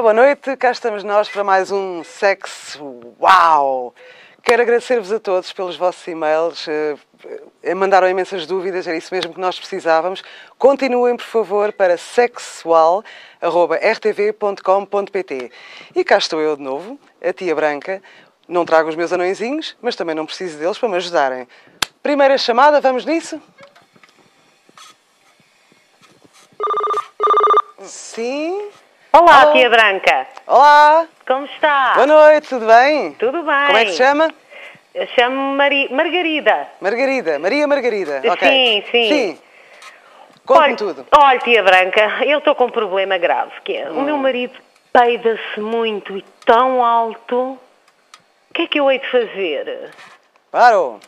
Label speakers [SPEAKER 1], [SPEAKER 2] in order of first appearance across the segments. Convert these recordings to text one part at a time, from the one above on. [SPEAKER 1] boa noite. Cá estamos nós para mais um Sexo Uau! Quero agradecer-vos a todos pelos vossos e-mails. eh, Mandaram imensas dúvidas, era isso mesmo que nós precisávamos. Continuem, por favor, para sexual.rtv.com.pt. E cá estou eu de novo, a tia Branca. Não trago os meus anõezinhos, mas também não preciso deles para me ajudarem. Primeira chamada, vamos nisso? Sim.
[SPEAKER 2] Olá,
[SPEAKER 1] Olá.
[SPEAKER 2] tia Branca.
[SPEAKER 1] Olá,
[SPEAKER 2] Como está?
[SPEAKER 1] boa noite, tudo bem?
[SPEAKER 2] Tudo bem.
[SPEAKER 1] Como é que se chama?
[SPEAKER 2] Eu chamo-me Mari- Margarida.
[SPEAKER 1] Margarida, Maria Margarida, ok.
[SPEAKER 2] Sim, sim.
[SPEAKER 1] Sim, conte-me
[SPEAKER 2] olha,
[SPEAKER 1] tudo.
[SPEAKER 2] Olha, tia Branca, eu estou com um problema grave, que é
[SPEAKER 1] Hum.
[SPEAKER 2] o meu marido peida-se muito e tão alto. O que é que eu hei de fazer?
[SPEAKER 1] Parou.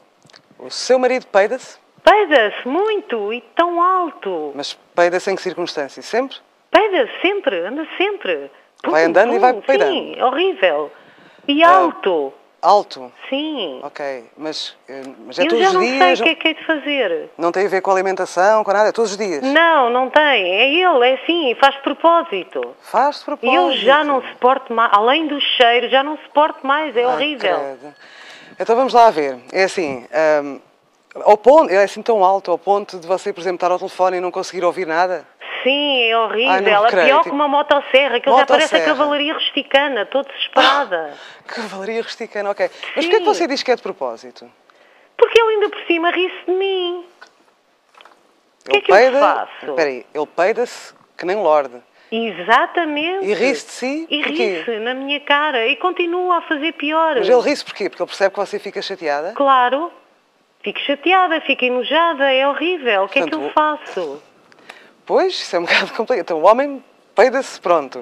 [SPEAKER 1] O seu marido peida-se,
[SPEAKER 2] Peida-se muito e tão alto.
[SPEAKER 1] mas peida-se em que circunstâncias? Sempre?
[SPEAKER 2] Peida-se sempre, anda sempre.
[SPEAKER 1] Vai andando e vai
[SPEAKER 2] Sim,
[SPEAKER 1] peidando. Ah.
[SPEAKER 2] horrível. E alto,
[SPEAKER 1] Alto,
[SPEAKER 2] sim.
[SPEAKER 1] ok. Mas, eh, mas é
[SPEAKER 2] Eu
[SPEAKER 1] todos
[SPEAKER 2] já
[SPEAKER 1] os
[SPEAKER 2] não
[SPEAKER 1] dias?
[SPEAKER 2] sei o que é que hei de fazer.
[SPEAKER 1] Não tem a ver com alimentação, com nada, é todos os dias?
[SPEAKER 2] Não, não tem. É ele, é assim, faz de propósito.
[SPEAKER 1] Faz de
[SPEAKER 2] E
[SPEAKER 1] propósito.
[SPEAKER 2] eu já não suporto mais, além do cheiro, já não suporto mais, é
[SPEAKER 1] Ai,
[SPEAKER 2] horrível.
[SPEAKER 1] Ah, credo. Então vamos lá ver. É assim, hum, ao ponto, é assim tão alto, ao ponto de você, por exemplo, estar ao telefone e não conseguir ouvir nada?
[SPEAKER 2] Sim, é
[SPEAKER 1] Ai,
[SPEAKER 2] horrível.
[SPEAKER 1] não
[SPEAKER 2] é
[SPEAKER 1] creio,
[SPEAKER 2] pior
[SPEAKER 1] tipo-
[SPEAKER 2] que uma motosserra, que ele já parece a
[SPEAKER 1] Motosserra. Ah.
[SPEAKER 2] cavalaria rusticana, toda desesperada.
[SPEAKER 1] Cavalaria rusticana, ok. Mas porquê é que
[SPEAKER 2] Sim.
[SPEAKER 1] você diz que é de propósito?
[SPEAKER 2] Porque ele ainda por cima ri-se de mim. O que é que eu faço?
[SPEAKER 1] Espera aí, ele peida-se que nem lorde.
[SPEAKER 2] Exatamente.
[SPEAKER 1] E ri-se de si?
[SPEAKER 2] E
[SPEAKER 1] Porquê?
[SPEAKER 2] ri-se na minha cara e continua a fazer pior.
[SPEAKER 1] Mas ele ri-se porquê? Porque ele percebe que você fica chateada?
[SPEAKER 2] Claro. Fico chateada, fico enojada, é horrível. O que é que
[SPEAKER 1] Portanto,
[SPEAKER 2] eu faço?
[SPEAKER 1] Pois, isso é um bocado complicado. Então o homem peida-se, pronto.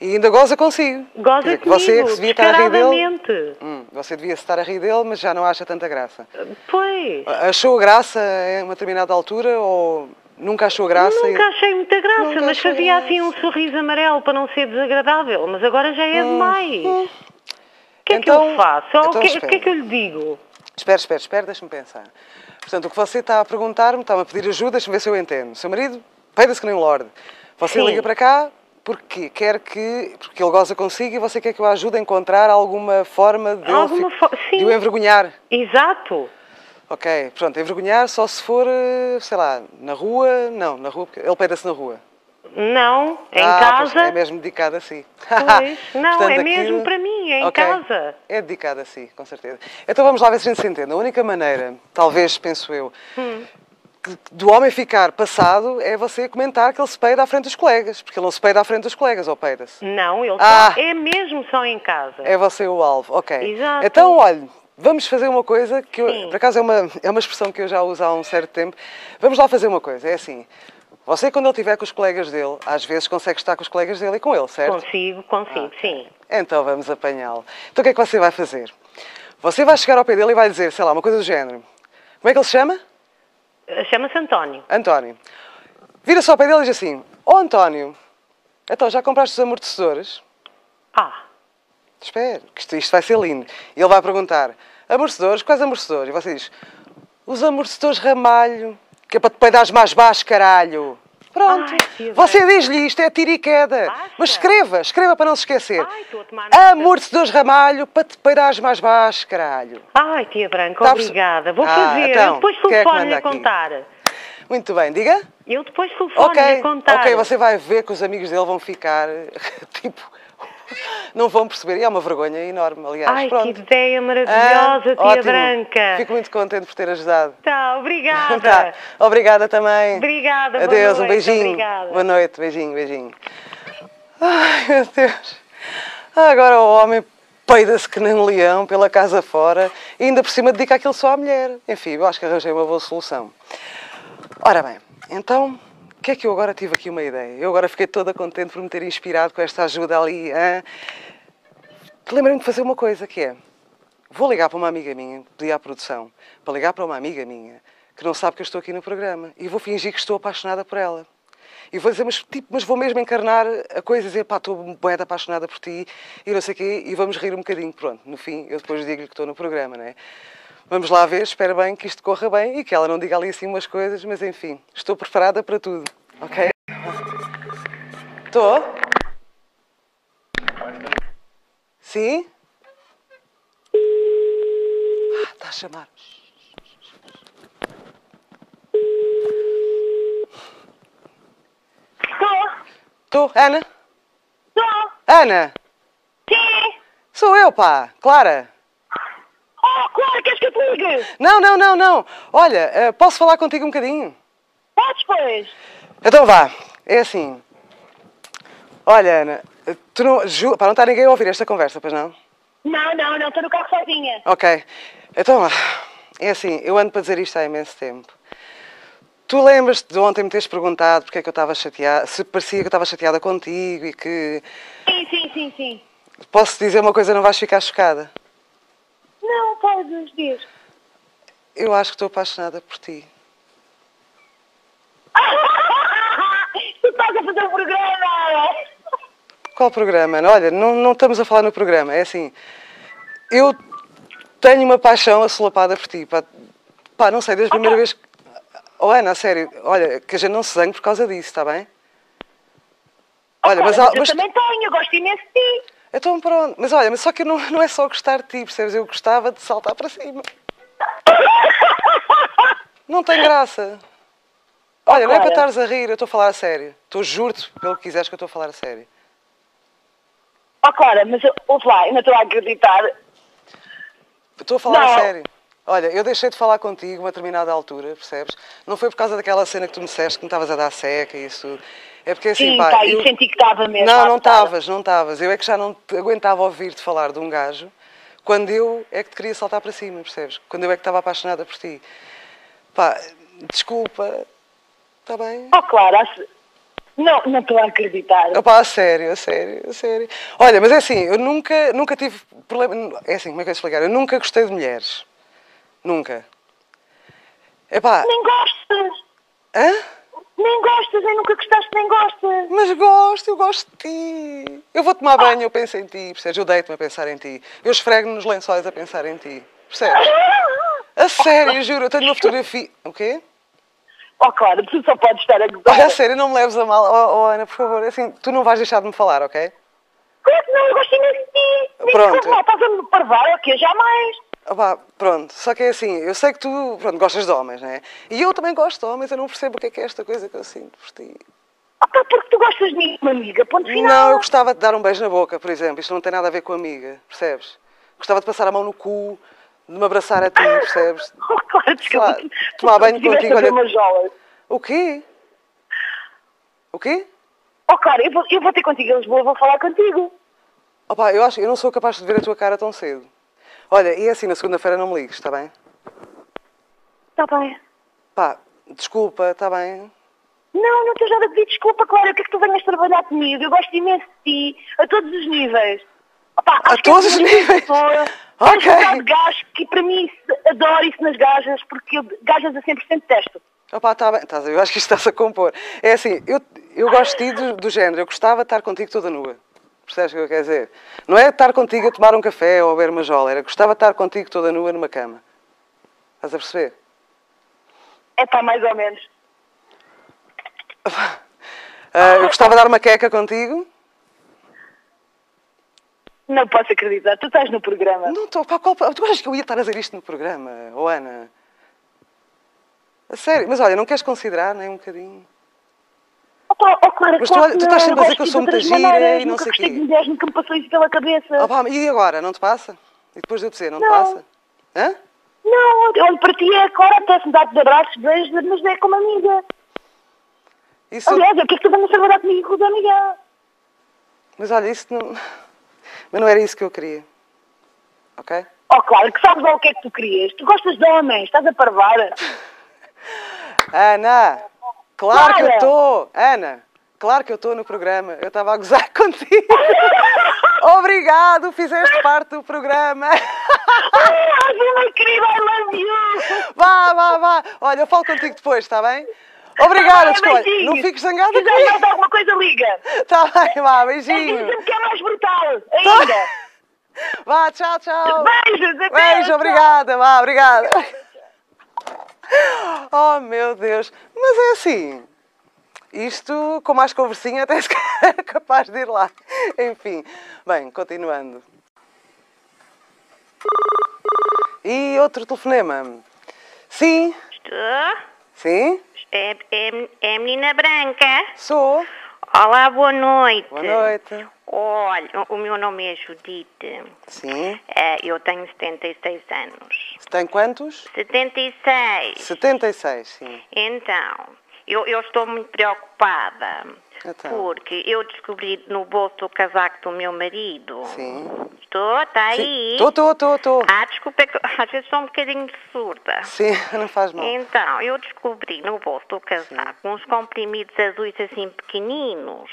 [SPEAKER 1] E ainda goza consigo. Quer
[SPEAKER 2] Goza
[SPEAKER 1] dizer, que
[SPEAKER 2] comigo,
[SPEAKER 1] você é que se devia estar a rir dele.
[SPEAKER 2] descaradamente.
[SPEAKER 1] Hum, você devia se estar a rir dele, mas já não acha tanta graça.
[SPEAKER 2] Pois.
[SPEAKER 1] Achou graça a uma determinada altura ou nunca achou graça? e-
[SPEAKER 2] Nunca achei muita graça,
[SPEAKER 1] Ah, Nunca
[SPEAKER 2] mas
[SPEAKER 1] achei
[SPEAKER 2] fazia assim um
[SPEAKER 1] graça. Ah,
[SPEAKER 2] sorriso amarelo para não ser desagradável, mas agora já é demais. O que é que
[SPEAKER 1] Então-
[SPEAKER 2] eu faço? Ou o
[SPEAKER 1] então
[SPEAKER 2] que, o que é
[SPEAKER 1] espera.
[SPEAKER 2] que eu lhe digo?
[SPEAKER 1] Espera, espera, espera, deixa-me pensar. Portanto, o que você está a perguntar-me, está-me a pedir ajuda, deixa-me ver se eu entendo. Seu marido peida-se que nem um lorde. Você
[SPEAKER 2] Sim.
[SPEAKER 1] liga para cá porque quer que. porque ele goza consigo e você quer que eu a ajude a encontrar alguma forma de, ele
[SPEAKER 2] Alguma
[SPEAKER 1] fi-
[SPEAKER 2] fo- sim.
[SPEAKER 1] de o envergonhar.
[SPEAKER 2] Exato.
[SPEAKER 1] Ok, pronto, envergonhar só se for, eh, sei lá, na rua. Não, na rua, porque ele peida-se na rua.
[SPEAKER 2] Não, em
[SPEAKER 1] Ah, pois,
[SPEAKER 2] casa.
[SPEAKER 1] É mesmo dedicado a si.
[SPEAKER 2] Pois, não,
[SPEAKER 1] Portanto,
[SPEAKER 2] é
[SPEAKER 1] aquilo-
[SPEAKER 2] mesmo para mim, é em
[SPEAKER 1] Ok,
[SPEAKER 2] casa.
[SPEAKER 1] É dedicado a si, com certeza. Então vamos lá ver se a gente se entende. A única maneira, talvez, penso eu,
[SPEAKER 2] Hum.
[SPEAKER 1] que- do homem ficar passado é você comentar que ele se peida à frente dos colegas, porque ele não se peida à frente dos colegas, ou peida-se.
[SPEAKER 2] Não, ele
[SPEAKER 1] Ah.
[SPEAKER 2] só, é mesmo só em casa.
[SPEAKER 1] É você o alvo, ok.
[SPEAKER 2] Exato.
[SPEAKER 1] Então, olha, vamos fazer uma coisa que, eu,
[SPEAKER 2] Sim.
[SPEAKER 1] por acaso, é uma, é uma expressão que eu já uso há um certo tempo. Vamos lá fazer uma coisa, é assim. Você, quando ele estiver com os colegas dele, às vezes consegue estar com os colegas dele e com ele, certo?
[SPEAKER 2] Consigo, consigo, sim.
[SPEAKER 1] Então vamos apanhá-lo. Então o que é que você vai fazer? Você vai chegar ao pé dele e vai dizer, sei lá, uma coisa do género. Como é que ele se chama?
[SPEAKER 2] Ah, Chama-se António.
[SPEAKER 1] António. Vira-se ao pé dele e diz assim: Ó António, então já compraste os amortecedores?
[SPEAKER 2] Ah,
[SPEAKER 1] Espera, que isto, isto vai ser lindo. E ele vai perguntar: amortecedores? Quais amortecedores? E você diz: os amortecedores ramalho, que é para te peidares mais baixo, caralho. Pronto,
[SPEAKER 2] Ai, que
[SPEAKER 1] você diz-lhe isto, é tiro e queda.
[SPEAKER 2] Baixa.
[SPEAKER 1] Mas escreva, escreva para não se esquecer.
[SPEAKER 2] Ai, estou a tomar nota.
[SPEAKER 1] amortecedores ramalho, para te peidares mais baixo, caralho.
[SPEAKER 2] ai, tia Branca,
[SPEAKER 1] Tá a perce-
[SPEAKER 2] obrigada. Vou
[SPEAKER 1] Ah,
[SPEAKER 2] fazer,
[SPEAKER 1] então,
[SPEAKER 2] eu depois
[SPEAKER 1] quem é que
[SPEAKER 2] telefone
[SPEAKER 1] manda
[SPEAKER 2] a
[SPEAKER 1] aqui?
[SPEAKER 2] contar.
[SPEAKER 1] Muito bem, diga.
[SPEAKER 2] Eu depois telefone a
[SPEAKER 1] Ok,
[SPEAKER 2] contar.
[SPEAKER 1] ok, você vai ver que os amigos dele vão ficar, tipo, não vão perceber. E é uma vergonha enorme, aliás.
[SPEAKER 2] Ai,
[SPEAKER 1] Pronto.
[SPEAKER 2] que ideia
[SPEAKER 1] Ah,
[SPEAKER 2] maravilhosa, tia
[SPEAKER 1] ótimo.
[SPEAKER 2] Branca.
[SPEAKER 1] Fico muito contente por ter ajudado.
[SPEAKER 2] Tá, obrigada.
[SPEAKER 1] Tá. Obrigada também.
[SPEAKER 2] Obrigada, boa
[SPEAKER 1] Adeus, um
[SPEAKER 2] noite,
[SPEAKER 1] beijinho.
[SPEAKER 2] obrigada.
[SPEAKER 1] Boa noite, beijinho, beijinho. Ai, meu Deus. Ah, Agora o homem peida-se que nem um leão pela casa fora e ainda por cima dedica aquilo só à mulher. Enfim, eu acho que arranjei uma boa solução. Ora bem, então, o que é que eu agora tive aqui uma ideia? Eu agora fiquei toda contente por me ter inspirado com esta ajuda ali. hã? Lembrei-me de fazer uma coisa que é. Vou ligar para uma amiga minha, pedi à produção, para ligar para uma amiga minha que não sabe que eu estou aqui no programa e vou fingir que estou apaixonada por ela. E vou dizer, mas, tipo, mas vou mesmo encarnar a coisa e dizer, pá, estou boeda apaixonada por ti e não sei o quê, e vamos rir um bocadinho. Pronto, no fim, eu depois digo-lhe que estou no programa, não é? Vamos lá ver, espero bem que isto corra bem e que ela não diga ali assim umas coisas, mas enfim, estou preparada para tudo, ok? Estou? Sim? Ah, está a chamar.
[SPEAKER 2] Estou,
[SPEAKER 1] Tu, Ana?
[SPEAKER 2] estou,
[SPEAKER 1] Ana?
[SPEAKER 2] sim.
[SPEAKER 1] Sou eu, pá. Clara?
[SPEAKER 2] Oh, claro, queres que eu te ligue?
[SPEAKER 1] Não, não, não, não. Olha, eh, posso falar contigo um bocadinho?
[SPEAKER 2] Podes, pois.
[SPEAKER 1] Então vá, é assim. Olha, Ana, tu não. Ju, pá, não está ninguém a ouvir esta conversa, pois não?
[SPEAKER 2] Não, não, não, estou no carro sozinha.
[SPEAKER 1] Ok. Então, ah, é assim, eu ando para dizer isto há imenso tempo. Tu lembras-te de ontem me teres perguntado porque é que eu estava chateada, se parecia que eu estava chateada contigo e que.
[SPEAKER 2] Sim, sim, sim, sim.
[SPEAKER 1] Posso dizer uma coisa, não vais ficar chocada?
[SPEAKER 2] Não, podes, diz.
[SPEAKER 1] Eu acho que estou apaixonada por ti.
[SPEAKER 2] tu estás a fazer um programa!
[SPEAKER 1] Qual programa? Ana? Olha, não, não estamos a falar no programa, é assim. Eu tenho uma paixão assolapada por ti. Pá, pá não sei, desde a primeira vez. que- Oh, Ana, a sério, olha, que a gente não se zangue por causa disso, está bem? Olha, mas,
[SPEAKER 2] Olha,
[SPEAKER 1] há-
[SPEAKER 2] eu
[SPEAKER 1] mas
[SPEAKER 2] também tenho, eu gosto imenso de ti.
[SPEAKER 1] Então pronto, mas olha, mas só que eu não, não é só gostar de ti, percebes? Eu gostava de saltar para cima. Não tem graça. Olha, não é para
[SPEAKER 2] Clara.
[SPEAKER 1] estares a rir, eu estou a falar a sério. Estou juro-te pelo que quiseres que eu estou a falar a sério.
[SPEAKER 2] Oh, Clara, mas eu- ouve lá, eu não estou a acreditar.
[SPEAKER 1] Eu Estou a falar a
[SPEAKER 2] Não.
[SPEAKER 1] sério. Olha, eu deixei de falar contigo a uma determinada altura, percebes? Não foi por causa daquela cena que tu me disseste que me estavas a dar seca e isso tudo. É porque assim,
[SPEAKER 2] Sim, tá,
[SPEAKER 1] pá,
[SPEAKER 2] pá, eu
[SPEAKER 1] eu-
[SPEAKER 2] senti que estava mesmo.
[SPEAKER 1] Não,
[SPEAKER 2] estava,
[SPEAKER 1] não
[SPEAKER 2] estava.
[SPEAKER 1] estavas, não estavas. Eu é que já não te aguentava ouvir-te falar de um gajo quando eu é que te queria saltar para cima, percebes? Quando eu é que estava apaixonada por ti. Pá, desculpa, está bem?
[SPEAKER 2] Oh, Clara, acho- não, não estou a acreditar.
[SPEAKER 1] Opá, a sério, a sério, a sério. Olha, mas é assim, eu nunca, nunca tive problema. É assim, como é que eu ia explicar? Eu nunca gostei de mulheres. Nunca. Epá,
[SPEAKER 2] Nem gostas,
[SPEAKER 1] hã?
[SPEAKER 2] nem gostas, eu nunca gostaste, nem gostas.
[SPEAKER 1] Mas gosto, eu gosto de ti. Eu vou tomar banho, eu penso em ti, percebes? Eu deito-me a pensar em ti. Eu esfrego-me nos lençóis a pensar em ti, percebes? A sério, eu juro, eu tenho uma fotografia. O quê?
[SPEAKER 2] Oh, Clara, tu só podes estar a gozar.
[SPEAKER 1] Olha, a sério, não me leves a mal. Oh, oh, Ana, por favor, assim, tu não vais deixar de me falar, ok?
[SPEAKER 2] Claro é que não, eu gosto imenso de ti. Nem
[SPEAKER 1] Pronto.
[SPEAKER 2] que lá, Estás a me parvar, é o quê? Jamais.
[SPEAKER 1] Opá, pronto, só que é assim, eu sei que tu, pronto, gostas de homens, né? E eu também gosto de homens, eu não percebo o que é que é esta coisa que eu sinto por ti.
[SPEAKER 2] Ah, pá, porque tu gostas de mim, uma amiga, ponto final.
[SPEAKER 1] Não, eu gostava de dar um beijo na boca, por exemplo. Isto não tem nada a ver com amiga, percebes? Gostava de passar a mão no cu, de me abraçar a ti, percebes?
[SPEAKER 2] Oh, Clara, desculpa.
[SPEAKER 1] Sei lá, tomar banho
[SPEAKER 2] Se tivesse
[SPEAKER 1] contigo,
[SPEAKER 2] a ver
[SPEAKER 1] olha-
[SPEAKER 2] umas jolas.
[SPEAKER 1] O quê? O quê?
[SPEAKER 2] Oh, Clara, eu vou, eu vou ter contigo em Lisboa, vou falar contigo.
[SPEAKER 1] Opa, eu acho eu não sou capaz de ver a tua cara tão cedo. Olha, e é assim, na segunda-feira não me ligues, está bem?
[SPEAKER 2] Está Tá bem.
[SPEAKER 1] Pá, desculpa, está bem?
[SPEAKER 2] Não, não tens nada a pedir desculpa, Clara. O que é que tu venhas trabalhar comigo? Eu gosto imenso de ti, a todos os níveis. Opa,
[SPEAKER 1] A
[SPEAKER 2] acho que
[SPEAKER 1] todos
[SPEAKER 2] és
[SPEAKER 1] os
[SPEAKER 2] uma
[SPEAKER 1] níveis?
[SPEAKER 2] pessoa,
[SPEAKER 1] Ok.
[SPEAKER 2] és um bocado gajo que para mim se- adoro isso nas gajas, porque eu gajas a 100% testo.
[SPEAKER 1] Opa, está bem. Estás a ver? Eu acho que isto está-se a compor. É assim, eu, eu gosto de ti do, do género. Eu gostava de estar contigo toda nua. Percebes o que eu quero dizer? Não é estar contigo a tomar um café ou a beber uma jola. Era gostava de estar contigo toda nua numa cama. Estás a perceber?
[SPEAKER 2] É pá, mais ou menos.
[SPEAKER 1] Ah, eu gostava de dar uma queca contigo.
[SPEAKER 2] Não posso acreditar, tu estás no programa.
[SPEAKER 1] Não estou. pá, qual- Tu achas que eu ia estar a dizer isto no programa, oh Ana? A sério? Mas olha, não queres considerar nem um bocadinho?
[SPEAKER 2] Opa, oh, Clara,
[SPEAKER 1] Mas tu
[SPEAKER 2] claro
[SPEAKER 1] olha-
[SPEAKER 2] que
[SPEAKER 1] tu estás
[SPEAKER 2] não,
[SPEAKER 1] sempre a dizer
[SPEAKER 2] gosto
[SPEAKER 1] que eu
[SPEAKER 2] de
[SPEAKER 1] sou muita
[SPEAKER 2] outras
[SPEAKER 1] gira
[SPEAKER 2] maneiras,
[SPEAKER 1] e não
[SPEAKER 2] nunca
[SPEAKER 1] sei
[SPEAKER 2] gostei
[SPEAKER 1] quê.
[SPEAKER 2] de mulheres, nunca me passou isso pela cabeça.
[SPEAKER 1] Ah, pá, e agora? Não te passa? E depois de eu dizer, não, te
[SPEAKER 2] Não.
[SPEAKER 1] passa? Hã?
[SPEAKER 2] Não, eu olho para ti é agora, apetece-me dar-te de abraços, beijos, mas não é como amiga.
[SPEAKER 1] Isso,
[SPEAKER 2] Aliás, o que é que tu venhas trabalhar comigo e com o Dom Miguel?
[SPEAKER 1] Mas olha, isso não. Mas não era isso que eu queria. Ok?
[SPEAKER 2] Oh, claro, que sabes lá o que é que tu querias. Tu gostas de homens, estás a parvar.
[SPEAKER 1] Ana! Claro que eu
[SPEAKER 2] Clara!
[SPEAKER 1] estou! Ana! Claro que eu estou no programa. Eu estava a gozar contigo. Obrigado, fizeste parte do programa.
[SPEAKER 2] Ai, meu querido, I love you.
[SPEAKER 1] Vá, vá, vá. Olha, eu falo contigo depois, está bem? Obrigada,
[SPEAKER 2] Ai,
[SPEAKER 1] escolha.
[SPEAKER 2] beijinhos.
[SPEAKER 1] Não fiques zangada
[SPEAKER 2] Se quiseres
[SPEAKER 1] comigo.
[SPEAKER 2] mais alguma coisa, liga.
[SPEAKER 1] Está bem, vá, beijinho.
[SPEAKER 2] Diz-me que é mais brutal ainda.
[SPEAKER 1] Vá, tchau, tchau.
[SPEAKER 2] Beijos, até.
[SPEAKER 1] Tá. Beijo,
[SPEAKER 2] tchau.
[SPEAKER 1] obrigada, vá, obrigada. Oh, meu Deus. Mas é assim, isto com mais conversinha até se calhar é capaz de ir lá. Enfim, bem, continuando. E outro telefonema. Sim,
[SPEAKER 3] Estou.
[SPEAKER 1] sim,
[SPEAKER 3] É, é, é a menina branca.
[SPEAKER 1] sou.
[SPEAKER 3] Olá, boa noite.
[SPEAKER 1] Boa noite.
[SPEAKER 3] Olha, o meu nome é Judite.
[SPEAKER 1] Sim.
[SPEAKER 3] Eh, Eu tenho 76 anos.
[SPEAKER 1] Tem quantos?
[SPEAKER 3] 76.
[SPEAKER 1] 76, sim.
[SPEAKER 3] Então, eu, eu estou muito preocupada.
[SPEAKER 1] Então.
[SPEAKER 3] Porque eu descobri no bolso o casaco do meu marido.
[SPEAKER 1] Sim.
[SPEAKER 3] Estou, está aí?
[SPEAKER 1] Estou, estou, estou, estou.
[SPEAKER 3] Ah, desculpa, é que às vezes estou um bocadinho surda.
[SPEAKER 1] Sim, não faz mal.
[SPEAKER 3] Então, eu descobri no bolso do casaco uns comprimidos azuis assim pequeninos.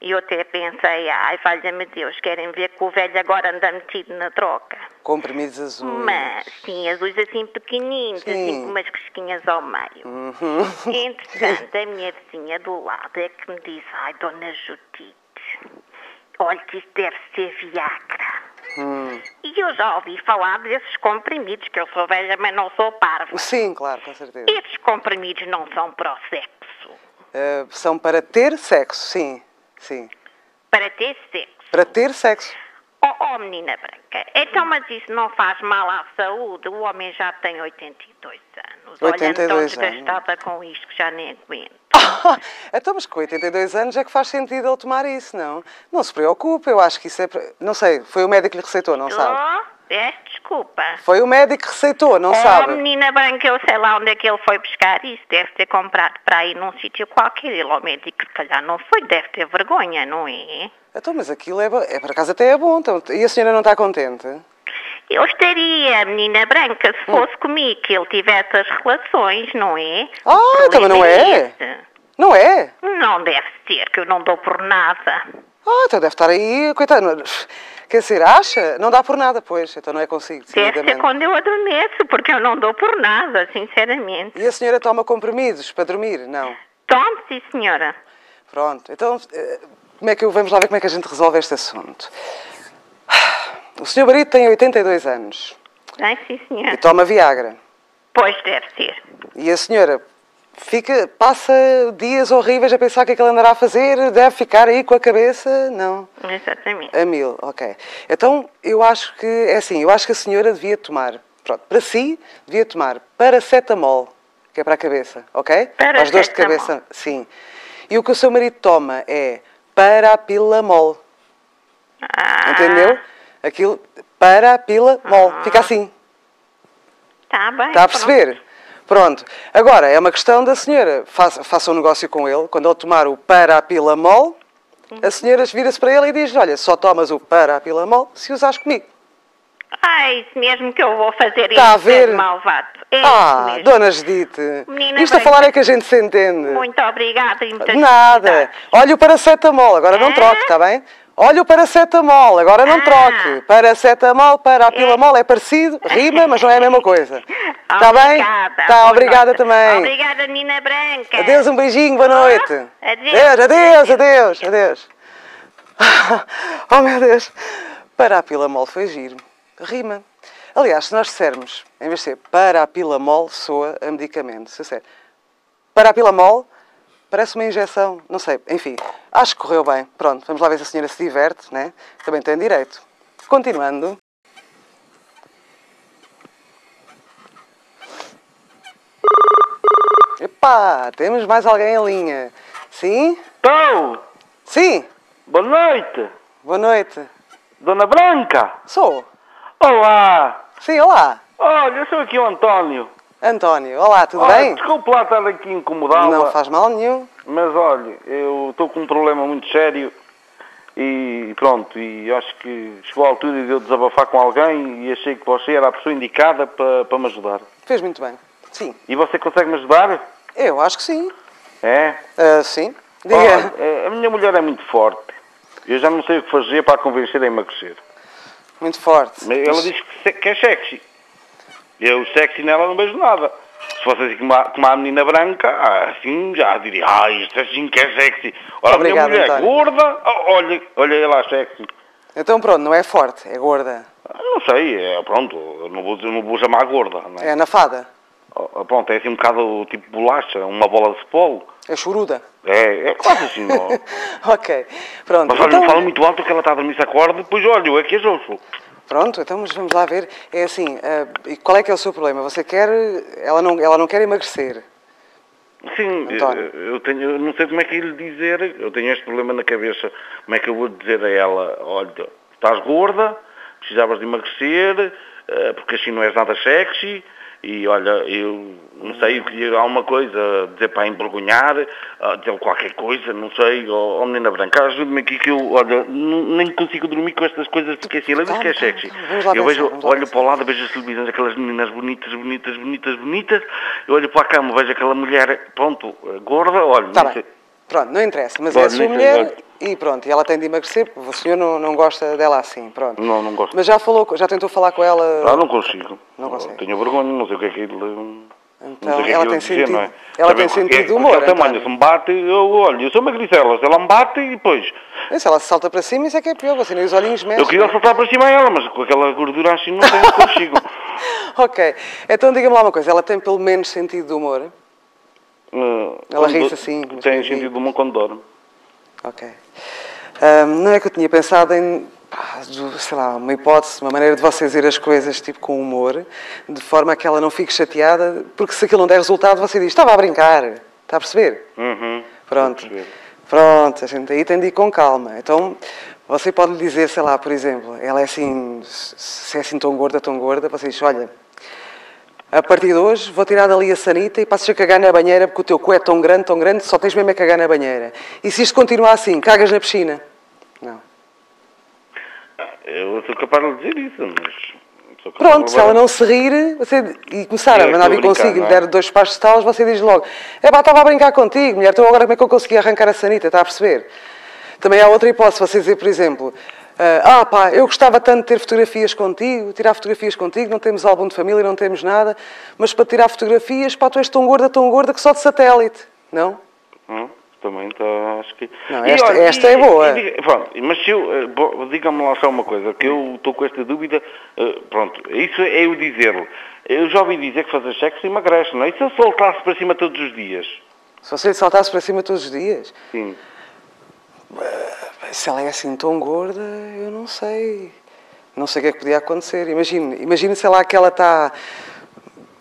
[SPEAKER 3] E eu até pensei, ai, valha-me Deus, querem ver que o velho agora anda metido na troca.
[SPEAKER 1] Comprimidos azuis.
[SPEAKER 3] Mas, sim, azuis assim pequeninos, assim
[SPEAKER 1] Sim.
[SPEAKER 3] com umas cosquinhas ao meio.
[SPEAKER 1] Uhum.
[SPEAKER 3] Entretanto, É a minha vizinha do lado é que me disse, ai, dona Judite, olha que isto deve ser Viagra.
[SPEAKER 1] Hum.
[SPEAKER 3] E eu já ouvi falar desses comprimidos, que eu sou velha, mas não sou parva.
[SPEAKER 1] Sim, claro, com certeza.
[SPEAKER 3] Esses comprimidos não são para o sexo.
[SPEAKER 1] Eh, são para ter sexo, sim. Sim.
[SPEAKER 3] Para ter sexo.
[SPEAKER 1] Para ter sexo.
[SPEAKER 3] Oh, oh, menina branca, então mas isso não faz mal à saúde? O homem já tem 82 anos. Olha,
[SPEAKER 1] 82
[SPEAKER 3] tão
[SPEAKER 1] anos.
[SPEAKER 3] desgastada com isto que já nem aguento.
[SPEAKER 1] então, mas com 82 anos é que faz sentido ele tomar isso, não? Não se preocupe, eu acho que isso é. pre- Não sei, foi o médico que lhe receitou, não sabe?
[SPEAKER 3] Oh, é, desculpa.
[SPEAKER 1] Foi o médico que receitou, não
[SPEAKER 3] oh,
[SPEAKER 1] sabe?
[SPEAKER 3] menina branca, eu sei lá onde é que ele foi buscar isso. Deve ter comprado para aí num sítio qualquer. Ele ao médico, se calhar, não foi. Deve ter vergonha, não é?
[SPEAKER 1] Então, mas aquilo é, bo- é por acaso até é bom. Então, e a senhora não está contente?
[SPEAKER 3] Eu estaria, menina branca,
[SPEAKER 1] Hum.
[SPEAKER 3] se fosse comigo que ele tivesse as relações, não é?
[SPEAKER 1] Ah,
[SPEAKER 3] O
[SPEAKER 1] também não é?
[SPEAKER 3] problema esse.
[SPEAKER 1] Não é?
[SPEAKER 3] Não deve ser, que eu não dou por nada.
[SPEAKER 1] Ah, então deve estar aí, coitado. não- Quer dizer, acha? Não dá por nada, pois. Então não é consigo,
[SPEAKER 3] Deve ser
[SPEAKER 1] decididamente.
[SPEAKER 3] quando eu adormeço, porque eu não dou por nada, sinceramente.
[SPEAKER 1] E a senhora toma comprimidos para dormir? Não.
[SPEAKER 3] Tome, sim, senhora.
[SPEAKER 1] Pronto, então eh, como é que eu- vamos lá ver como é que a gente resolve este assunto. O senhor marido tem 82 anos
[SPEAKER 3] Ai, sim,
[SPEAKER 1] e
[SPEAKER 3] senhora.
[SPEAKER 1] toma Viagra.
[SPEAKER 3] Pois deve ser.
[SPEAKER 1] E a senhora fica, passa dias horríveis a pensar o que é que ele andará a fazer, deve ficar aí com a cabeça, não,
[SPEAKER 3] Exatamente.
[SPEAKER 1] a mil, ok. Então eu acho que, é assim, eu acho que a senhora devia tomar, pronto, para si, devia tomar paracetamol, que é para a cabeça, ok? Para as dores de
[SPEAKER 3] Paracetamol.
[SPEAKER 1] cabeça, sim. E o que o seu marido toma é parapilamol.
[SPEAKER 3] Ah,
[SPEAKER 1] Entendeu? Aquilo para a pila mol. Fica assim.
[SPEAKER 3] Tá bem.
[SPEAKER 1] Está a
[SPEAKER 3] pronto.
[SPEAKER 1] perceber? Pronto. Agora, é uma questão da senhora. Faça, faça um negócio com ele. Quando ele tomar o para a pila mol,
[SPEAKER 3] Uhum.
[SPEAKER 1] a senhora vira-se para ele e diz: Olha, só tomas o para a pila mol se usares comigo.
[SPEAKER 3] Ah, é isso mesmo que eu vou fazer
[SPEAKER 1] Está
[SPEAKER 3] isso,
[SPEAKER 1] Tá a ver?
[SPEAKER 3] ser malvado. É isso
[SPEAKER 1] ah,
[SPEAKER 3] mesmo.
[SPEAKER 1] dona Judite.
[SPEAKER 3] Menina
[SPEAKER 1] Isto a
[SPEAKER 3] branca.
[SPEAKER 1] falar é que a gente se entende.
[SPEAKER 3] Muito Tá. obrigada e muitas
[SPEAKER 1] De Nada.
[SPEAKER 3] felicidades.
[SPEAKER 1] Olha o paracetamol, agora não
[SPEAKER 3] Ah?
[SPEAKER 1] troque, está bem? Olha o paracetamol, agora não
[SPEAKER 3] Ah.
[SPEAKER 1] troque. Paracetamol, parapilamol, é parecido, rima, mas não é a mesma coisa. Está bem?
[SPEAKER 3] Obrigada.
[SPEAKER 1] Tá,
[SPEAKER 3] boa
[SPEAKER 1] obrigada
[SPEAKER 3] noite.
[SPEAKER 1] também.
[SPEAKER 3] Obrigada, Nina Branca.
[SPEAKER 1] Adeus, um beijinho, boa noite.
[SPEAKER 3] Ah, adeus.
[SPEAKER 1] adeus, adeus, adeus. Oh meu Deus. Parapilamol foi giro. Rima. Aliás, se nós dissermos, em vez de ser parapilamol, soa a medicamento. Se eu disser parapilamol, parece uma injeção, não sei, enfim. Acho que correu bem. Pronto, vamos lá ver se a senhora se diverte, né? Também tem direito. Continuando. Epá, temos mais alguém em linha. Sim?
[SPEAKER 4] Então,
[SPEAKER 1] Sim?
[SPEAKER 4] boa noite,
[SPEAKER 1] Boa noite.
[SPEAKER 4] Dona Branca.
[SPEAKER 1] Sou.
[SPEAKER 4] Olá.
[SPEAKER 1] Sim, olá.
[SPEAKER 4] Olha, eu sou aqui o António.
[SPEAKER 1] António, olá, tudo
[SPEAKER 4] Olha,
[SPEAKER 1] bem?
[SPEAKER 4] Desculpe lá estar aqui incomodá-la,
[SPEAKER 1] Não faz mal nenhum.
[SPEAKER 4] mas olha, eu estou com um problema muito sério e pronto, e acho que chegou a altura de eu desabafar com alguém e achei que você era a pessoa indicada para, para me ajudar.
[SPEAKER 1] Fez muito bem. Sim.
[SPEAKER 4] E você consegue-me ajudar?
[SPEAKER 1] Eu acho que sim.
[SPEAKER 4] É?
[SPEAKER 1] Ah, sim. Diga.
[SPEAKER 4] Olha, a minha mulher é muito forte. Eu já não sei o que fazer para a convencer a emagrecer.
[SPEAKER 1] Muito forte.
[SPEAKER 4] Mas Ela diz que, se- que é sexy. Eu sexy nela não vejo nada. Se fosse assim como a, como a menina branca, ah, assim já diria, ah, isto assim que é sexy. Olha,
[SPEAKER 1] Obrigado,
[SPEAKER 4] a minha mulher é
[SPEAKER 1] António.
[SPEAKER 4] gorda, ah, olha, olha ela sexy.
[SPEAKER 1] Então pronto, não é forte, é gorda.
[SPEAKER 4] Ah, Não sei, é, pronto, eu não vou, dizer- não vou chamar gorda. Não é?
[SPEAKER 1] É anafada.
[SPEAKER 4] Ah, Pronto, é assim um bocado tipo bolacha, uma bola de polo.
[SPEAKER 1] É choruda.
[SPEAKER 4] É, é quase assim, ó.
[SPEAKER 1] ok. Pronto.
[SPEAKER 4] Mas olha,
[SPEAKER 1] então,
[SPEAKER 4] não fala muito alto que ela está a dormir, se acorda, depois olha, eu é que as ouço.
[SPEAKER 1] Pronto, então mas vamos lá ver. É assim, ah, e qual é que é o seu problema? Você quer. Ela não, ela não quer emagrecer.
[SPEAKER 4] Sim, eh,
[SPEAKER 1] António.
[SPEAKER 4] eu, eu tenho, eu não sei como é que lhe dizer, eu tenho este problema na cabeça, como é que eu vou dizer a ela, olha, estás gorda, precisavas de emagrecer, eh, porque assim não és nada sexy, e olha, eu não sei, eu queria alguma coisa, dizer para a envergonhar, ah, dizer qualquer coisa, não sei, ou oh, menina branca, ajude-me aqui que eu, olha, n- nem consigo dormir com estas coisas, porque assim, ela diz
[SPEAKER 1] Calma,
[SPEAKER 4] que é
[SPEAKER 1] calma,
[SPEAKER 4] sexy.
[SPEAKER 1] calma, Então, vamos lá
[SPEAKER 4] Eu
[SPEAKER 1] pensar,
[SPEAKER 4] vejo,
[SPEAKER 1] vamos lá
[SPEAKER 4] olho
[SPEAKER 1] pensar.
[SPEAKER 4] para o lado, vejo as televisões, aquelas meninas bonitas, bonitas, bonitas, bonitas. Eu olho para a cama, vejo aquela mulher, pronto, gorda, olha,
[SPEAKER 1] Está
[SPEAKER 4] não
[SPEAKER 1] Tá bem.
[SPEAKER 4] sei.
[SPEAKER 1] Pronto, não interessa, mas é
[SPEAKER 4] Olha,
[SPEAKER 1] a sua
[SPEAKER 4] nem sei,
[SPEAKER 1] mulher
[SPEAKER 4] olha.
[SPEAKER 1] e pronto, e ela tem de emagrecer, porque o senhor não, não gosta dela assim, pronto.
[SPEAKER 4] Não, não gosto.
[SPEAKER 1] Mas já falou, com- já tentou falar com ela.
[SPEAKER 4] Ah, não consigo.
[SPEAKER 1] Não consegue.
[SPEAKER 4] Tenho vergonha, não sei o que é que ele... não
[SPEAKER 1] Então,
[SPEAKER 4] sei o que é
[SPEAKER 1] ela
[SPEAKER 4] que
[SPEAKER 1] tem
[SPEAKER 4] eu dizer, não é?
[SPEAKER 1] sentido- ela
[SPEAKER 4] Sabe,
[SPEAKER 1] tem
[SPEAKER 4] porque-
[SPEAKER 1] sentido de
[SPEAKER 4] porque
[SPEAKER 1] humor, então.
[SPEAKER 4] ela também,
[SPEAKER 1] António.
[SPEAKER 4] se me bate, eu olho, eu sou magricela, se ela me bate e depois...
[SPEAKER 1] Se ela salta para cima, isso é que é assim. pior, você nem os olhinhos mexem.
[SPEAKER 4] Eu queria saltar para cima a ela, mas com aquela gordura assim não tenho consigo.
[SPEAKER 1] Ok, então diga-me lá uma coisa, ela tem pelo menos sentido de humor?
[SPEAKER 4] Ah,
[SPEAKER 1] Ela ri-se
[SPEAKER 4] quando-
[SPEAKER 1] assim, mas
[SPEAKER 4] Tem
[SPEAKER 1] ri.
[SPEAKER 4] sentido uma quando dorme.
[SPEAKER 1] Ok. Ahm, não é que eu tinha pensado em, pá, do- sei lá, uma hipótese, uma maneira de vocês ir as coisas tipo com humor, de forma a que ela não fique chateada, porque se aquilo não der resultado, você diz, estava a brincar, está a perceber?
[SPEAKER 4] Uhum.
[SPEAKER 1] Pronto.
[SPEAKER 4] Estou a perceber.
[SPEAKER 1] Pronto, a gente aí tem de ir com calma. Então, você pode lhe dizer, sei lá, por exemplo, ela é assim, se se é assim tão gorda, tão gorda, você diz, olha, a partir de hoje vou tirar dali a sanita e passas a cagar na banheira porque o teu cu é tão grande, tão grande, só tens mesmo a cagar na banheira. E se isto continuar assim, cagas na piscina? Não.
[SPEAKER 4] Eu sou capaz de dizer isso, mas... sou capaz de
[SPEAKER 1] Pronto, se
[SPEAKER 4] levar-
[SPEAKER 1] ela não se rir você, e começar
[SPEAKER 4] Eu
[SPEAKER 1] a mandar
[SPEAKER 4] estou a
[SPEAKER 1] vir
[SPEAKER 4] brincar,
[SPEAKER 1] consigo e
[SPEAKER 4] não
[SPEAKER 1] lhe
[SPEAKER 4] é?
[SPEAKER 1] der dois passos de talas, você diz logo: É pá, estava a brincar contigo, mulher, então agora como é que eu consegui arrancar a sanita? Está a perceber? Também há outra hipótese, você dizer, por exemplo: ah, Ah pá, eu gostava tanto de ter fotografias contigo, tirar fotografias contigo, não temos álbum de família, não temos nada, mas para tirar fotografias, pá, tu és tão gorda, tão gorda que só de satélite, não?
[SPEAKER 4] Hum, também está, acho que...
[SPEAKER 1] Não, esta- esta é boa.
[SPEAKER 4] diga- pronto, mas se eu, eh, bo- diga-me lá só uma coisa, que eu estou com esta dúvida, eh, pronto, isso é eu dizer-lhe. Eu já ouvi dizer que fazer sexo emagrece, não é? E se eu soltasse para cima todos os dias?
[SPEAKER 1] Se você lhe saltasse para cima todos os dias.
[SPEAKER 4] Sim.
[SPEAKER 1] Se ela é assim tão gorda, eu não sei. Não sei o que é que podia acontecer. Imagine, imagine sei lá que ela está.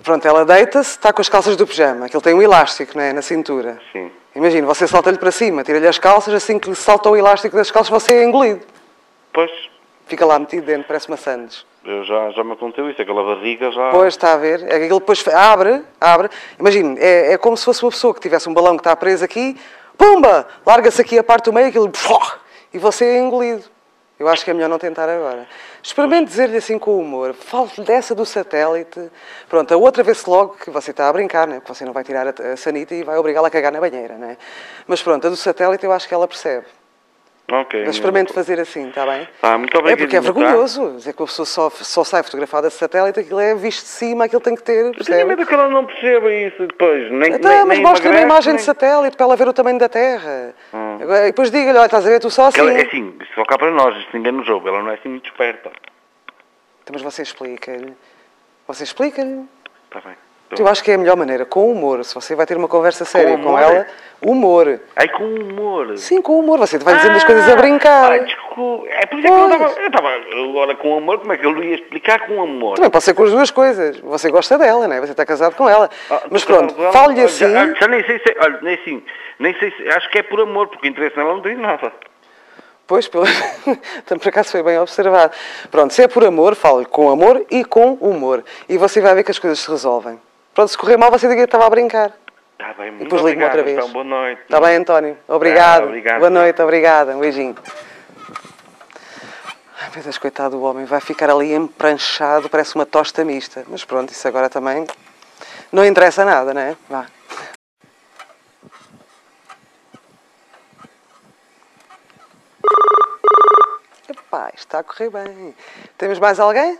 [SPEAKER 1] Pronto, ela deita-se, está com as calças do pijama, aquilo tem um elástico não é, na cintura.
[SPEAKER 4] Sim.
[SPEAKER 1] Imagina, você salta-lhe para cima, tira-lhe as calças, assim que lhe salta o elástico das calças, você é engolido.
[SPEAKER 4] Pois,
[SPEAKER 1] Fica lá metido dentro, parece uma sandes.
[SPEAKER 4] eu já, já me aconteceu isso, aquela barriga já...
[SPEAKER 1] Pois, está a ver? É que aquilo depois fe- abre, abre. Imagine, é, é como se fosse uma pessoa que tivesse um balão que está preso aqui, pumba! Larga-se aqui a parte do meio, aquilo pfó, e você é engolido. Eu acho que é melhor não tentar agora. Experimente dizer-lhe assim com humor. Fale-lhe dessa do satélite. Pronto, a outra vez logo que você está a brincar, né? Porque você não vai tirar a, a sanita e vai obrigá-la a cagar na banheira, né? Mas pronto, a do satélite eu acho que ela percebe.
[SPEAKER 4] Ok.
[SPEAKER 1] Mas experimente fazer assim, está bem?
[SPEAKER 4] Ah, muito
[SPEAKER 1] É porque é
[SPEAKER 4] obrigadinho, tá?
[SPEAKER 1] vergonhoso. Dizer que uma pessoa só, só sai fotografada de satélite, aquilo é visto de cima, aquilo tem que ter.
[SPEAKER 4] Eu tenho
[SPEAKER 1] Percebe?
[SPEAKER 4] medo que ela não perceba isso depois, nem
[SPEAKER 1] Então,
[SPEAKER 4] nem-
[SPEAKER 1] mas
[SPEAKER 4] nem
[SPEAKER 1] mostra-lhe a
[SPEAKER 4] emagrece,
[SPEAKER 1] imagem de tá
[SPEAKER 4] nem-
[SPEAKER 1] satélite para ela ver o tamanho da Terra. Agora, E depois diga-lhe, olha, estás a ver, tu só assim.
[SPEAKER 4] Ela, Hum. é assim, isto só cá para nós, isto ninguém nos ouve, ela não é assim muito esperta.
[SPEAKER 1] Então, Mas você explica-lhe. Você explica-lhe.
[SPEAKER 4] Está tá bem. Então,
[SPEAKER 1] Eu acho que é a melhor maneira, com humor. Se você vai ter uma conversa séria com,
[SPEAKER 4] humor?
[SPEAKER 1] ela, humor.
[SPEAKER 4] Aí é com humor.
[SPEAKER 1] Sim, com humor. Você vai dizendo as
[SPEAKER 4] Ah,
[SPEAKER 1] coisas a brincar.
[SPEAKER 4] Ah, desculpa. É por isso é que eu
[SPEAKER 1] Pois.
[SPEAKER 4] estava. Eu estava agora com amor, como é que eu lhe ia explicar com amor?
[SPEAKER 1] Também pode ser com as duas coisas. Você gosta dela, não é? Você está casado com ela.
[SPEAKER 4] Ah,
[SPEAKER 1] Mas
[SPEAKER 4] estou
[SPEAKER 1] pronto,
[SPEAKER 4] falando com ela,
[SPEAKER 1] fale-lhe
[SPEAKER 4] olha,
[SPEAKER 1] assim.
[SPEAKER 4] olha, Já nem sei se. Olha, nem assim. Nem sei se. Acho que é por amor, porque interesse nela não tem nada.
[SPEAKER 1] Pois, pelo... então, por acaso foi bem observado. Pronto, se é por amor, falo com amor e com humor. E você vai ver que as coisas se resolvem. Pronto, se correr mal, você diga que estava a brincar.
[SPEAKER 4] Está Tá bem,
[SPEAKER 1] E
[SPEAKER 4] muito
[SPEAKER 1] depois ligo-me
[SPEAKER 4] obrigado.
[SPEAKER 1] outra vez.
[SPEAKER 4] Então, boa noite.
[SPEAKER 1] Está bem, António? Obrigado.
[SPEAKER 4] Ah, obrigado.
[SPEAKER 1] Boa noite, obrigada. Um beijinho. Ai, meu Deus, coitado do homem, vai ficar ali empranchado, parece uma tosta mista. Mas pronto, isso agora também não interessa nada, não é? Vá. Epá, isto está a correr bem. Temos mais alguém?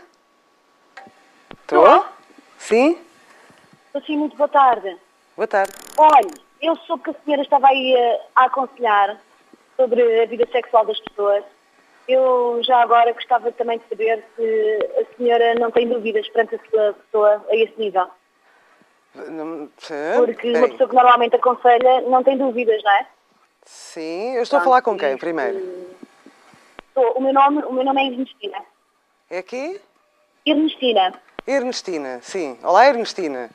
[SPEAKER 1] Estou?
[SPEAKER 5] Olá.
[SPEAKER 1] Sim?
[SPEAKER 2] Assim,
[SPEAKER 5] Sim, muito boa tarde.
[SPEAKER 1] Boa tarde.
[SPEAKER 5] Olha, eu soube que a senhora estava aí eh, a aconselhar sobre a vida sexual das pessoas. Eu já agora gostava também de saber se a senhora não tem dúvidas perante a sua pessoa a esse nível.
[SPEAKER 1] Não-
[SPEAKER 5] Porque uma
[SPEAKER 1] Peraí.
[SPEAKER 5] pessoa que normalmente aconselha não tem dúvidas, não é?
[SPEAKER 1] Sim, eu estou a falar com quem
[SPEAKER 5] Portanto,
[SPEAKER 1] primeiro?
[SPEAKER 5] Sou- O meu nome, o meu nome é Ernestina.
[SPEAKER 1] É aqui?
[SPEAKER 5] Ernestina,
[SPEAKER 1] Ernestina, sim. Olá, Ernestina.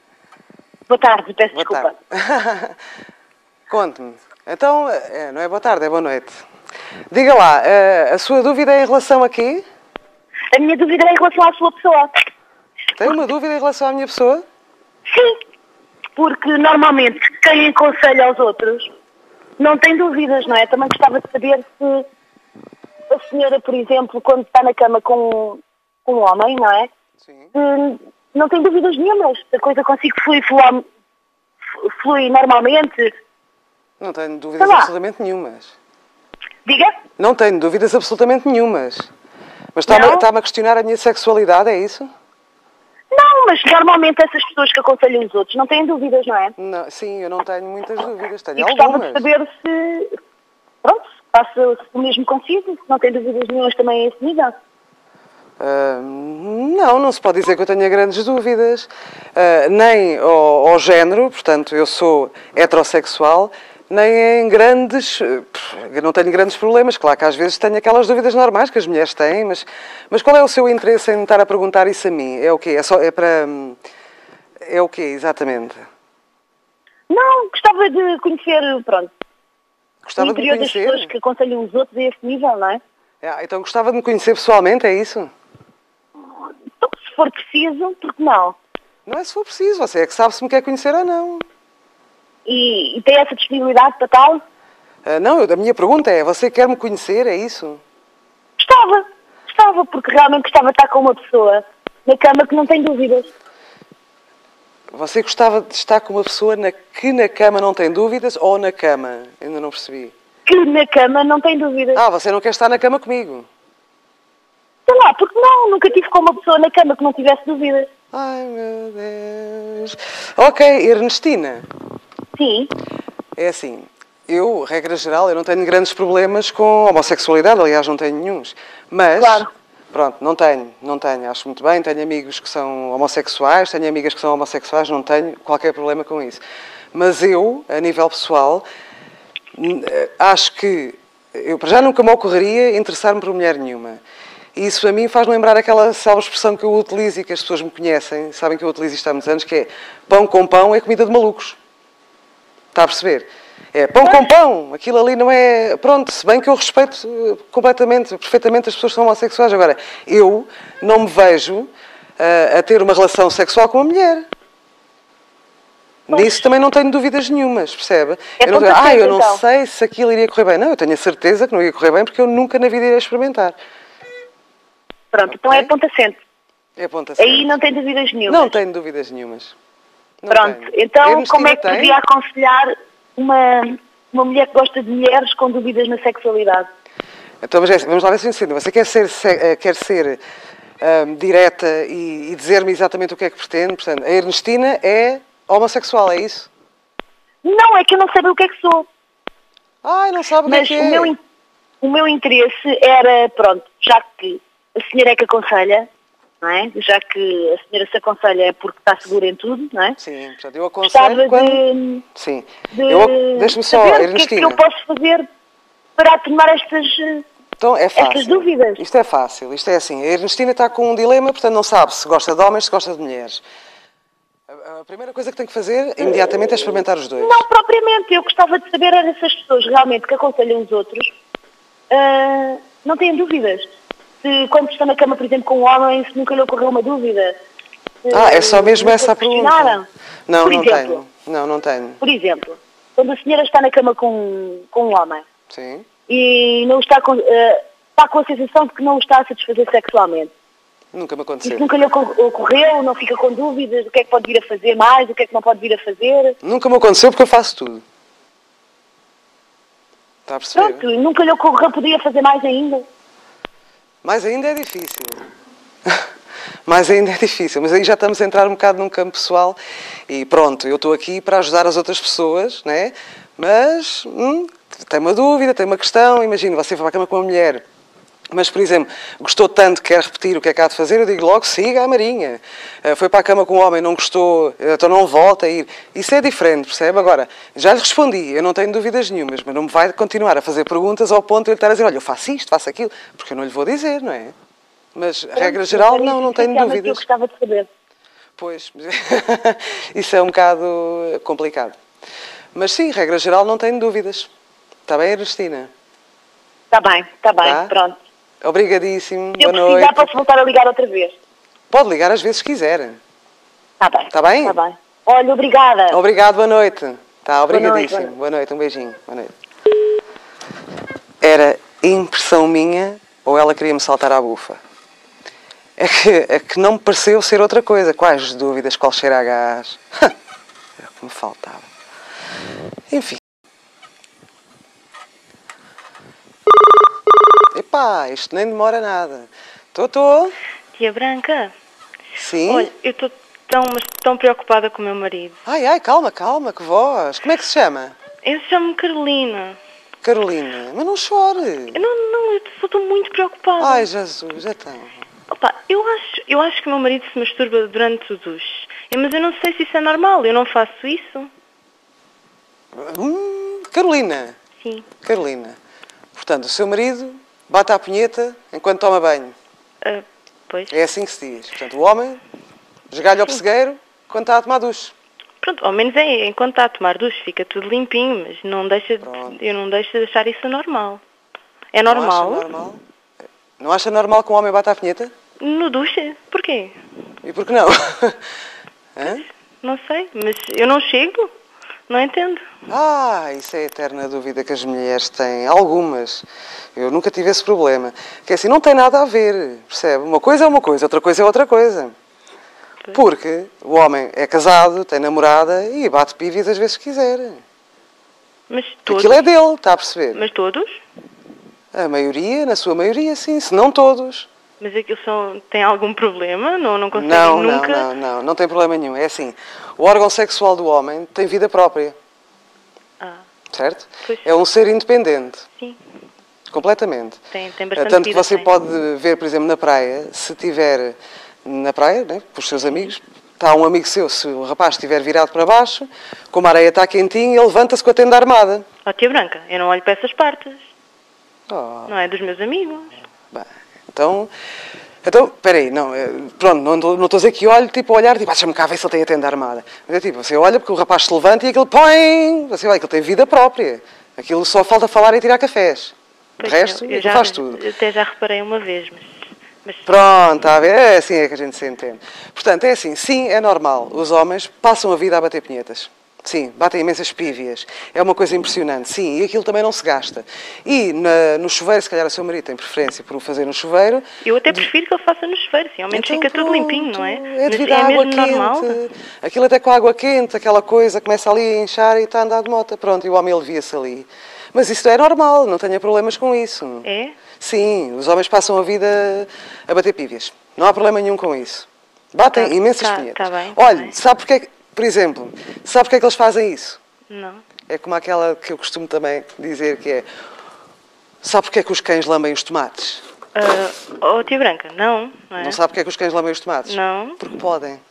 [SPEAKER 5] boa tarde, peço
[SPEAKER 1] Boa
[SPEAKER 5] desculpa.
[SPEAKER 1] tarde. Conte-me. Então, eh, não é boa tarde, é boa noite. Diga lá, eh, a sua dúvida é em relação a quê?
[SPEAKER 5] A minha dúvida é em relação à sua pessoa.
[SPEAKER 1] Tem uma dúvida em relação à minha pessoa?
[SPEAKER 5] Sim, porque normalmente quem aconselha aos outros não tem dúvidas, não é? Também gostava de saber se a senhora, por exemplo, quando está na cama com, com um homem, não é?
[SPEAKER 1] Sim.
[SPEAKER 5] Se não tem dúvidas nenhumas, se a coisa consigo flui, flui, flui normalmente.
[SPEAKER 1] Não tenho dúvidas
[SPEAKER 5] Sei lá.
[SPEAKER 1] absolutamente nenhumas.
[SPEAKER 5] Diga?
[SPEAKER 1] Não tenho dúvidas absolutamente nenhumas. Mas está-me
[SPEAKER 5] Não?
[SPEAKER 1] está-me a questionar a minha sexualidade, é isso?
[SPEAKER 5] Não, mas normalmente essas pessoas que aconselham os outros não têm dúvidas, não é?
[SPEAKER 1] Não, sim, eu não tenho muitas dúvidas, tenho
[SPEAKER 5] E gostava de
[SPEAKER 1] algumas.
[SPEAKER 5] saber se, pronto, se passa se o mesmo consigo, se não tem dúvidas nenhumas também a esse nível.
[SPEAKER 1] Ah, não, não se pode dizer que eu tenha grandes dúvidas, ah, nem ao, ao género, portanto, eu sou heterossexual, nem em grandes. eh, pff, eu não tenho grandes problemas, claro que às vezes tenho aquelas dúvidas normais que as mulheres têm, mas, mas qual é o seu interesse em estar a perguntar isso a mim? É o quê? É, só, é para. hum, É o quê, exatamente?
[SPEAKER 5] Não, gostava de conhecer, pronto,
[SPEAKER 1] Gostava
[SPEAKER 5] o
[SPEAKER 1] de me
[SPEAKER 5] interior das pessoas
[SPEAKER 1] conhecer.
[SPEAKER 5] que aconselham os outros a esse nível, não é?
[SPEAKER 1] Ah, então gostava de me conhecer pessoalmente, é isso?
[SPEAKER 5] Então, se for preciso, porque não?
[SPEAKER 1] Não é se for preciso, você é que sabe se me quer conhecer ou não.
[SPEAKER 5] E, e tem essa disponibilidade para tal?
[SPEAKER 1] Ah, não, eu- a minha pergunta é, você quer me conhecer, é isso?
[SPEAKER 5] Gostava, gostava, porque realmente gostava de estar com uma pessoa na cama que não tem dúvidas.
[SPEAKER 1] Você gostava de estar com uma pessoa na, que na cama não tem dúvidas ou na cama? Ainda não percebi.
[SPEAKER 5] Que na cama não tem dúvidas.
[SPEAKER 1] Ah, você não quer estar na cama comigo?
[SPEAKER 5] Sei lá, porque não? Nunca tive com uma pessoa na cama que não tivesse dúvidas.
[SPEAKER 1] Ai meu Deus. Ok, Ernestina.
[SPEAKER 5] Sim,
[SPEAKER 1] É assim, eu, regra geral, eu não tenho grandes problemas com homossexualidade, aliás, não tenho nenhuns. Mas,
[SPEAKER 5] Claro.
[SPEAKER 1] pronto, não tenho, não tenho, acho muito bem. Tenho amigos que são homossexuais, tenho amigas que são homossexuais, não tenho qualquer problema com isso. Mas eu, a nível pessoal, n- eh, acho que eu para já nunca me ocorreria interessar-me por mulher nenhuma. E isso a mim faz lembrar aquela salva expressão que eu utilizo e que as pessoas me conhecem, sabem que eu utilizo isto há muitos anos, que é pão com pão é comida de malucos. Está a perceber? É pão com pão, aquilo ali não é. Pronto, se bem que eu respeito eh, completamente, perfeitamente as pessoas que são homossexuais. Agora, eu não me vejo ah, a ter uma relação sexual com uma mulher. Nisso também não tenho dúvidas nenhumas, percebe?
[SPEAKER 5] É
[SPEAKER 1] eu não, tenho,
[SPEAKER 5] contrassenso,
[SPEAKER 1] ah, eu não
[SPEAKER 5] então."
[SPEAKER 1] sei se aquilo iria correr bem. Não, eu tenho a certeza que não ia correr bem porque eu nunca na vida irei experimentar.
[SPEAKER 5] pronto, então é
[SPEAKER 1] Ok.
[SPEAKER 5] ponta assente.
[SPEAKER 1] É a ponta
[SPEAKER 5] Aí
[SPEAKER 1] certa.
[SPEAKER 5] não tem dúvidas nenhuma.
[SPEAKER 1] Não tenho dúvidas nenhumas. Não
[SPEAKER 5] Pronto,
[SPEAKER 1] tenho.
[SPEAKER 5] então
[SPEAKER 1] Ernestina
[SPEAKER 5] como é que
[SPEAKER 1] tem?
[SPEAKER 5] podia aconselhar uma, uma mulher que gosta de mulheres com dúvidas na sexualidade?
[SPEAKER 1] Então, mas é- vamos lá ver se eu entendo. Você quer ser, se- eh, quer ser ahm, direta e, e dizer-me exatamente o que é que pretende? Portanto, a Ernestina é homossexual, é isso?
[SPEAKER 5] Não, é que eu não sei bem o que é que sou,
[SPEAKER 1] Ai, não sabe o que é
[SPEAKER 5] mas
[SPEAKER 1] que
[SPEAKER 5] o, meu,
[SPEAKER 1] é.
[SPEAKER 5] in- o meu interesse era, pronto, já que a senhora é que aconselha, não é? Já que a senhora se aconselha é porque está segura em tudo, não é?
[SPEAKER 1] Sim, portanto, eu
[SPEAKER 5] Gostava
[SPEAKER 1] aconselho
[SPEAKER 5] de,
[SPEAKER 1] quando... Sim. Eu ac-
[SPEAKER 5] de
[SPEAKER 1] Deixa-me só,
[SPEAKER 5] saber o que é que
[SPEAKER 1] Ernestina.
[SPEAKER 5] eu posso fazer para atenuar estas... eh,
[SPEAKER 1] Então é fácil.
[SPEAKER 5] dúvidas.
[SPEAKER 1] Isto é fácil, isto é assim. A Ernestina está com um dilema, portanto não sabe se gosta de homens, se gosta de mulheres. A- A primeira coisa que tem que fazer imediatamente é experimentar os dois.
[SPEAKER 5] Não, propriamente. Eu gostava de saber era se as pessoas realmente que aconselham os outros ah, não têm dúvidas. Se quando estão na cama, por exemplo, com um homem, se nunca lhe ocorreu uma dúvida. Se
[SPEAKER 1] Ah, é só mesmo
[SPEAKER 5] nunca
[SPEAKER 1] essa a
[SPEAKER 5] questionaram.
[SPEAKER 1] pergunta. Não,
[SPEAKER 5] por
[SPEAKER 1] não
[SPEAKER 5] exemplo,
[SPEAKER 1] tenho. Não, não tenho.
[SPEAKER 5] Por exemplo, quando a senhora está na cama com, com um homem
[SPEAKER 1] Sim.
[SPEAKER 5] e não está com, ah, está com a sensação de que não o está a satisfazer sexualmente.
[SPEAKER 1] Nunca me
[SPEAKER 5] Isso
[SPEAKER 1] aconteceu.
[SPEAKER 5] nunca lhe ocor- ocorreu, não fica com dúvidas do que é que pode vir a fazer mais, o que é que não pode vir a fazer.
[SPEAKER 1] Nunca me aconteceu porque eu faço tudo. Está a perceber?
[SPEAKER 5] Pronto, e nunca lhe ocorreu, podia fazer mais ainda.
[SPEAKER 1] Mas ainda é difícil. Mas ainda é difícil. Mas aí já estamos a entrar um bocado num campo pessoal e pronto, eu estou aqui para ajudar as outras pessoas, né? Mas hum, tem uma dúvida, tem uma questão. Imagino, você vai para a cama com uma mulher. Mas, por exemplo, gostou tanto, quer repetir o que é que há de fazer, eu digo logo, siga a Marinha. Eh, Foi para a cama com um homem, não gostou, eh, então não volta a ir. Isso é diferente, percebe? Agora, já lhe respondi, eu não tenho dúvidas nenhumas, mas não me vai continuar a fazer perguntas ao ponto de eu lhe estar a dizer, olha, eu faço isto, faço aquilo, porque eu não lhe vou dizer, não é? Mas,
[SPEAKER 5] Pronto,
[SPEAKER 1] regra geral,
[SPEAKER 5] era
[SPEAKER 1] não,
[SPEAKER 5] isso
[SPEAKER 1] não tenho
[SPEAKER 5] essencialmente que Eu
[SPEAKER 1] dúvidas.
[SPEAKER 5] gostava de saber.
[SPEAKER 1] Pois, isso é um bocado complicado. Mas sim, regra geral, não tenho dúvidas. Está bem, Ernestina?
[SPEAKER 5] Está bem, está bem,
[SPEAKER 1] Tá?
[SPEAKER 5] pronto.
[SPEAKER 1] Obrigadíssimo,
[SPEAKER 5] Se eu
[SPEAKER 1] boa
[SPEAKER 5] precisar,
[SPEAKER 1] noite.
[SPEAKER 5] posso voltar a ligar outra vez.
[SPEAKER 1] Pode ligar às vezes que quiser.
[SPEAKER 5] Está bem.
[SPEAKER 1] Tá bem?
[SPEAKER 5] Está bem. Olha, obrigada.
[SPEAKER 1] Obrigado, boa noite. Tá,
[SPEAKER 5] Boa noite,
[SPEAKER 1] obrigadíssimo.
[SPEAKER 5] boa noite.
[SPEAKER 1] Boa noite, um beijinho. Boa noite. Era impressão minha ou ela queria-me saltar à bufa? É que, é que não me pareceu ser outra coisa. Quais dúvidas, qual cheira a gás? Era o que me faltava. Enfim. Epá, isto nem demora nada. Tô, tô.
[SPEAKER 2] Tia Branca,
[SPEAKER 1] Sim.
[SPEAKER 2] olha, eu estou tão, mas tão preocupada com o meu marido.
[SPEAKER 1] Ai, ai, calma, calma, que voz. Como é que se chama?
[SPEAKER 2] Eu chamo-me Carolina.
[SPEAKER 1] Carolina, mas não chore.
[SPEAKER 2] Eu não, não, eu estou muito preocupada.
[SPEAKER 1] Ai, Jesus, então.
[SPEAKER 2] Opa, eu acho, eu acho que o meu marido se masturba durante o duche. Eh, Mas eu não sei se isso é normal, eu não faço isso.
[SPEAKER 1] Hum, Carolina,
[SPEAKER 2] Sim.
[SPEAKER 1] Carolina. Portanto, o seu marido bate à punheta enquanto toma banho.
[SPEAKER 2] Ah, pois.
[SPEAKER 1] É assim que se diz. Portanto, o homem esgalha o pessegueiro quando está a tomar duche.
[SPEAKER 2] Pronto, ao menos é, enquanto está a tomar duche fica tudo limpinho, mas não deixa de-
[SPEAKER 1] Pronto.
[SPEAKER 2] eu não deixo de achar isso normal. É
[SPEAKER 1] Não acha
[SPEAKER 2] normal?
[SPEAKER 1] normal? Não acha normal que um homem bata à punheta?
[SPEAKER 2] No duche? Porquê?
[SPEAKER 1] E por que não? Hã?
[SPEAKER 2] Não sei, mas eu não chego. Não entendo.
[SPEAKER 1] Ah, isso é a eterna dúvida que as mulheres têm. Algumas. Eu nunca tive esse problema. Que é assim, não tem nada a ver, percebe? Uma coisa é uma coisa, outra coisa é outra coisa. Porque o homem é casado, tem namorada e bate pívias às vezes que quiser.
[SPEAKER 2] Mas todos.
[SPEAKER 1] Aquilo é dele, está a perceber?
[SPEAKER 2] Mas todos?
[SPEAKER 1] A maioria, na sua maioria, sim, se não todos.
[SPEAKER 2] Mas aquilo são, tem algum problema? Não, não conseguem
[SPEAKER 1] Não, não,
[SPEAKER 2] nunca?
[SPEAKER 1] não, não, não tem problema nenhum. É assim, o órgão sexual do homem tem vida própria,
[SPEAKER 2] Ah,
[SPEAKER 1] certo?
[SPEAKER 2] Pois.
[SPEAKER 1] É um ser independente,
[SPEAKER 2] sim.
[SPEAKER 1] completamente.
[SPEAKER 2] Tem, tem
[SPEAKER 1] É,
[SPEAKER 2] bastante
[SPEAKER 1] Tanto que
[SPEAKER 2] vida,
[SPEAKER 1] você
[SPEAKER 2] tem.
[SPEAKER 1] pode ver, por exemplo, na praia, se tiver na praia, né, com os seus amigos, está um amigo seu, se o rapaz estiver virado para baixo, como a areia está quentinha, ele levanta-se com a tenda armada.
[SPEAKER 2] Ó tia Branca, eu não olho para essas partes.
[SPEAKER 1] Oh,
[SPEAKER 2] Não é dos meus amigos.
[SPEAKER 1] bem, então, então, peraí, não, eh, pronto, não estou não estou a dizer que olho, tipo, a olhar, tipo, ah, deixa-me cá ver se ele tem a tenda armada. Mas é tipo, você olha porque o rapaz se levanta e aquilo põe, você olha, aquilo tem vida própria. Aquilo só falta falar e tirar cafés. De
[SPEAKER 2] Pois,
[SPEAKER 1] resto,
[SPEAKER 2] eu
[SPEAKER 1] aquilo
[SPEAKER 2] já-
[SPEAKER 1] faz tudo.
[SPEAKER 2] eu até já reparei uma vez, mas... mas
[SPEAKER 1] Pronto, está a ver? É assim é que a gente se entende. Portanto, é assim, sim, é normal. Os homens passam a vida a bater punhetas. Sim, batem imensas pívias. É uma coisa impressionante. Sim, e aquilo também não se gasta. E na- no chuveiro, se calhar o seu marido tem preferência por o fazer no chuveiro.
[SPEAKER 2] eu até prefiro que ele faça nos feiros, assim, ao menos
[SPEAKER 1] Então,
[SPEAKER 2] fica tudo limpinho,
[SPEAKER 1] pronto,
[SPEAKER 2] não é?
[SPEAKER 1] É
[SPEAKER 2] mas
[SPEAKER 1] devido
[SPEAKER 2] é
[SPEAKER 1] à água
[SPEAKER 2] mesmo
[SPEAKER 1] quente.
[SPEAKER 2] normal?
[SPEAKER 1] Aquilo até com a água quente, aquela coisa, começa ali a inchar e está a andar de moto. Pronto, e o homem alivia-se ali. Mas isso é normal, não tenha problemas com isso.
[SPEAKER 2] É?
[SPEAKER 1] Sim, os homens passam a vida a bater pívias. Não há problema nenhum com isso. Batem
[SPEAKER 2] Tá-
[SPEAKER 1] imensas
[SPEAKER 2] tá-
[SPEAKER 1] punhetas.
[SPEAKER 2] tá bem, tá
[SPEAKER 1] Olha,
[SPEAKER 2] bem.
[SPEAKER 1] sabe porque é que, por exemplo, sabe porque é que eles fazem isso?
[SPEAKER 2] Não.
[SPEAKER 1] É como aquela que eu costumo também dizer que é sabe porque é que os cães lambem os tomates?
[SPEAKER 2] Ah, Ó tia Branca, não, não é?
[SPEAKER 1] Não sabe porque é que os cães lambem os tomates?
[SPEAKER 2] Não. Ah.
[SPEAKER 1] Porque podem.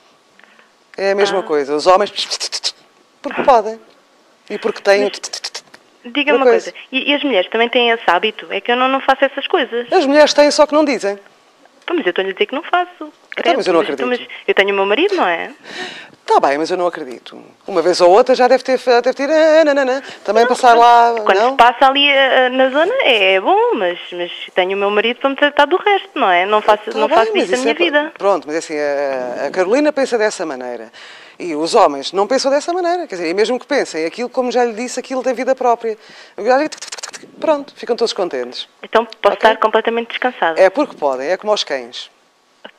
[SPEAKER 1] É a mesma coisa. Os homens porque podem. E porque têm o
[SPEAKER 2] Diga-me
[SPEAKER 1] Uma
[SPEAKER 2] uma
[SPEAKER 1] coisa.
[SPEAKER 2] coisa, E, e as mulheres também têm esse hábito? É que eu não, não faço essas coisas.
[SPEAKER 1] As mulheres têm, só que não dizem.
[SPEAKER 2] Pá, Mas eu estou-lhe a dizer que não faço.
[SPEAKER 1] Então, mas eu não
[SPEAKER 2] Credo,
[SPEAKER 1] acredito.
[SPEAKER 2] mas eu tenho o meu marido, não é?
[SPEAKER 1] Está Tá bem, mas eu não acredito. Uma vez ou outra já deve ter, deve ter ah, não, não, não. também passar lá,
[SPEAKER 2] Quando
[SPEAKER 1] Ah, não?
[SPEAKER 2] se passa ali eh, eh, na zona é, é bom, mas, mas tenho o meu marido para me tratar do resto, não é? Não faço,
[SPEAKER 1] Tá
[SPEAKER 2] não
[SPEAKER 1] bem,
[SPEAKER 2] faço
[SPEAKER 1] mas
[SPEAKER 2] disso
[SPEAKER 1] é
[SPEAKER 2] a minha
[SPEAKER 1] pro-
[SPEAKER 2] vida.
[SPEAKER 1] Pronto, mas assim, a, a Carolina pensa dessa maneira. E os homens não pensam dessa maneira. Quer dizer, e mesmo que pensem, aquilo, como já lhe disse, aquilo tem vida própria. Pronto, ficam todos contentes.
[SPEAKER 2] Então
[SPEAKER 1] Ok.
[SPEAKER 2] posso estar completamente descansada.
[SPEAKER 1] É porque podem, é como aos cães.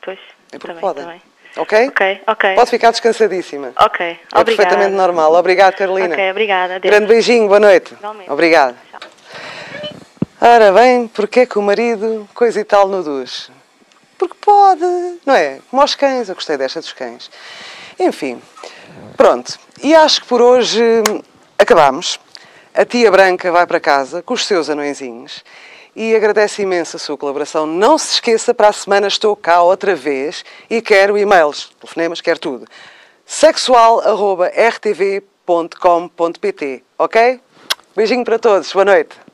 [SPEAKER 2] Pois,
[SPEAKER 1] É porque
[SPEAKER 2] também,
[SPEAKER 1] podem.
[SPEAKER 2] também.
[SPEAKER 1] Ok?
[SPEAKER 2] Ok, ok.
[SPEAKER 1] Pode ficar descansadíssima.
[SPEAKER 2] Ok,
[SPEAKER 1] É
[SPEAKER 2] obrigada.
[SPEAKER 1] perfeitamente normal. Obrigado, Carolina.
[SPEAKER 2] Ok, obrigada. Adeus.
[SPEAKER 1] Grande beijinho, boa noite.
[SPEAKER 2] Igualmente.
[SPEAKER 1] Obrigada. Ora bem, porquê que o marido coisa e tal no duche? Porque pode, não é? Como aos cães, eu gostei desta dos cães. Enfim, pronto. E acho que por hoje hum, acabamos. A tia Branca vai para casa com os seus anõezinhos e agradece imenso a sua colaboração. Não se esqueça, para a semana estou cá outra vez e quero e-mails, telefonemas, quero tudo. sexual.rtv.com.pt, ok? Beijinho para todos, boa noite.